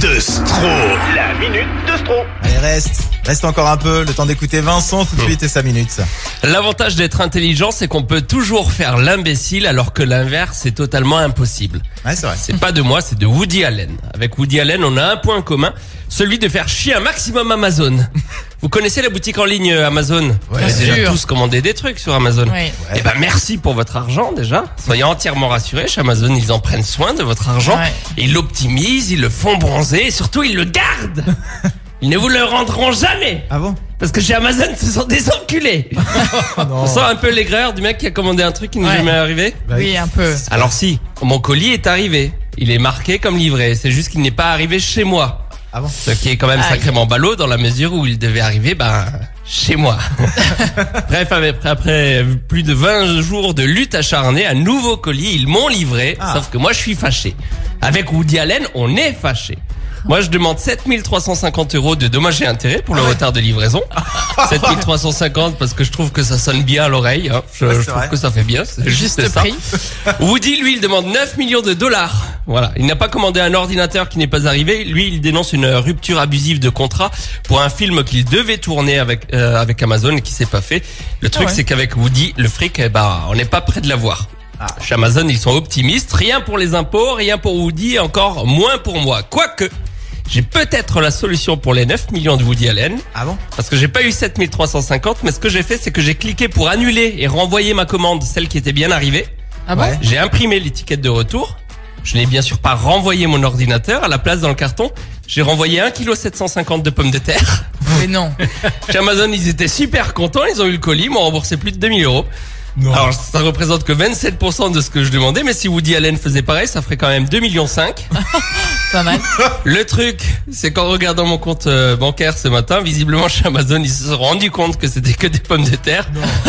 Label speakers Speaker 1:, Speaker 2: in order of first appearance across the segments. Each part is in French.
Speaker 1: de Stro.
Speaker 2: La minute de Stro.
Speaker 3: Allez, reste. Reste encore un peu, le temps d'écouter Vincent tout de suite et 5 minutes.
Speaker 4: L'avantage d'être intelligent, c'est qu'on peut toujours faire l'imbécile alors que l'inverse est totalement impossible.
Speaker 3: Ouais, c'est vrai.
Speaker 4: C'est pas de moi, c'est de Woody Allen. Avec Woody Allen, on a un point commun, celui de faire chier un maximum Amazon. Vous connaissez la boutique en ligne euh, Amazon Vous avez
Speaker 5: Bien
Speaker 4: déjà
Speaker 5: sûr.
Speaker 4: tous commandé des trucs sur Amazon.
Speaker 5: Oui.
Speaker 4: Eh ben merci pour votre argent déjà. Soyez entièrement rassurés, chez Amazon, ils en prennent soin de votre argent.
Speaker 5: Ouais.
Speaker 4: Ils l'optimisent, ils le font bronzer et surtout ils le gardent. Ils ne vous le rendront jamais.
Speaker 3: Ah bon
Speaker 4: Parce que chez Amazon, ce sont des enculés. On sent un peu l'aigreur du mec qui a commandé un truc qui n'est
Speaker 5: Ouais.
Speaker 4: jamais arrivé.
Speaker 5: Oui, un peu.
Speaker 4: Alors si, mon colis est arrivé. Il est marqué comme livré. C'est juste qu'il n'est pas arrivé chez moi.
Speaker 3: Ah bon
Speaker 4: Ce qui est quand même
Speaker 5: Aïe.
Speaker 4: sacrément ballot dans la mesure où il devait arriver, ben, chez moi. Bref, après, après plus de 20 jours de lutte acharnée, un nouveau colis, ils m'ont livré.
Speaker 3: Ah.
Speaker 4: Sauf que moi, je suis fâché. Avec Woody Allen, on est fâché. Moi, je demande 7350 euros de dommages et intérêts pour le
Speaker 3: Ah
Speaker 4: retard de livraison. 7350 parce que je trouve que ça sonne bien à l'oreille. hein. Je,
Speaker 3: Ouais,
Speaker 4: je
Speaker 3: c'est
Speaker 4: trouve
Speaker 3: vrai.
Speaker 4: que ça fait bien. c'est juste
Speaker 5: Juste
Speaker 4: ça.
Speaker 5: prix.
Speaker 4: Woody, lui, il demande 9 millions de dollars. Voilà, il n'a pas commandé un ordinateur qui n'est pas arrivé. Lui, il dénonce une rupture abusive de contrat pour un film qu'il devait tourner avec euh, avec Amazon et qui s'est pas fait. Le truc,
Speaker 5: ouais.
Speaker 4: c'est qu'avec Woody, le fric, eh ben, on n'est pas près de l'avoir.
Speaker 3: Ah.
Speaker 4: Chez Amazon, ils sont optimistes. Rien pour les impôts, rien pour Woody, et encore moins pour moi. Quoique, j'ai peut-être la solution pour les 9 millions de Woody Allen.
Speaker 3: Ah bon
Speaker 4: Parce que j'ai pas eu 7350, mais ce que j'ai fait, c'est que j'ai cliqué pour annuler et renvoyer ma commande, celle qui était bien arrivée.
Speaker 5: Ah bon
Speaker 3: Ouais.
Speaker 4: J'ai imprimé l'étiquette de retour. Je n'ai bien sûr pas renvoyé mon ordinateur. À la place, dans le carton, j'ai renvoyé 1,750 kg de pommes de terre.
Speaker 5: Mais non.
Speaker 4: Chez Amazon, ils étaient super contents. Ils ont eu le colis. Ils m'ont remboursé plus de 2000 euros.
Speaker 3: Non.
Speaker 4: Alors, ça représente que 27% de ce que je demandais. Mais si Woody Allen faisait pareil, ça ferait quand même 2,5 millions.
Speaker 5: Pas mal.
Speaker 4: Le truc, c'est qu'en regardant mon compte euh, bancaire ce matin, visiblement chez Amazon, ils se sont rendus compte que c'était que des pommes de terre.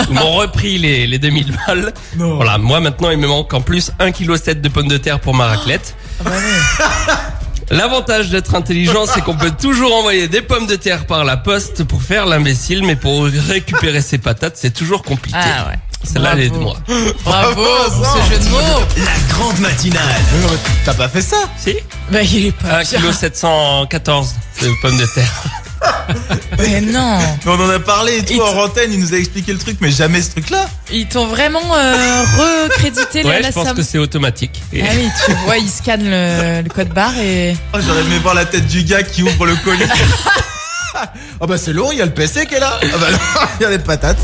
Speaker 4: Ils m'ont repris les, les 2000 balles.
Speaker 3: Non.
Speaker 4: Voilà, moi maintenant, il me manque en plus 1,7 kg de pommes de terre pour ma raclette. L'avantage d'être intelligent, c'est qu'on peut toujours envoyer des pommes de terre par la poste pour faire l'imbécile, mais pour récupérer ses patates, c'est toujours compliqué.
Speaker 5: Ah ouais.
Speaker 4: Celle-là, elle est de
Speaker 5: Bravo.
Speaker 4: moi.
Speaker 5: Bravo
Speaker 3: Bravo,
Speaker 5: pour ce jeu de mots.
Speaker 1: La grande matinale.
Speaker 3: Non, mais T'as pas fait ça
Speaker 4: Si
Speaker 5: Bah, il est pas.
Speaker 4: 1,714 kg de pommes de terre.
Speaker 5: Ah, Mais non.
Speaker 3: Mais On en a parlé et tout
Speaker 5: Il-
Speaker 3: en antenne, il nous a expliqué le truc, mais jamais ce truc-là.
Speaker 5: Ils t'ont vraiment euh, recrédité la-
Speaker 4: Ouais,
Speaker 5: la
Speaker 4: je pense
Speaker 5: somme.
Speaker 4: que c'est automatique. Et-
Speaker 5: Ah oui, tu vois, ils scannent le, le code barre et.
Speaker 3: Oh, J'aurais aimé voir la tête du gars qui ouvre le colis. Ah bah c'est lourd, il y a le PC qui est là. Ah bah non, il y a les patates.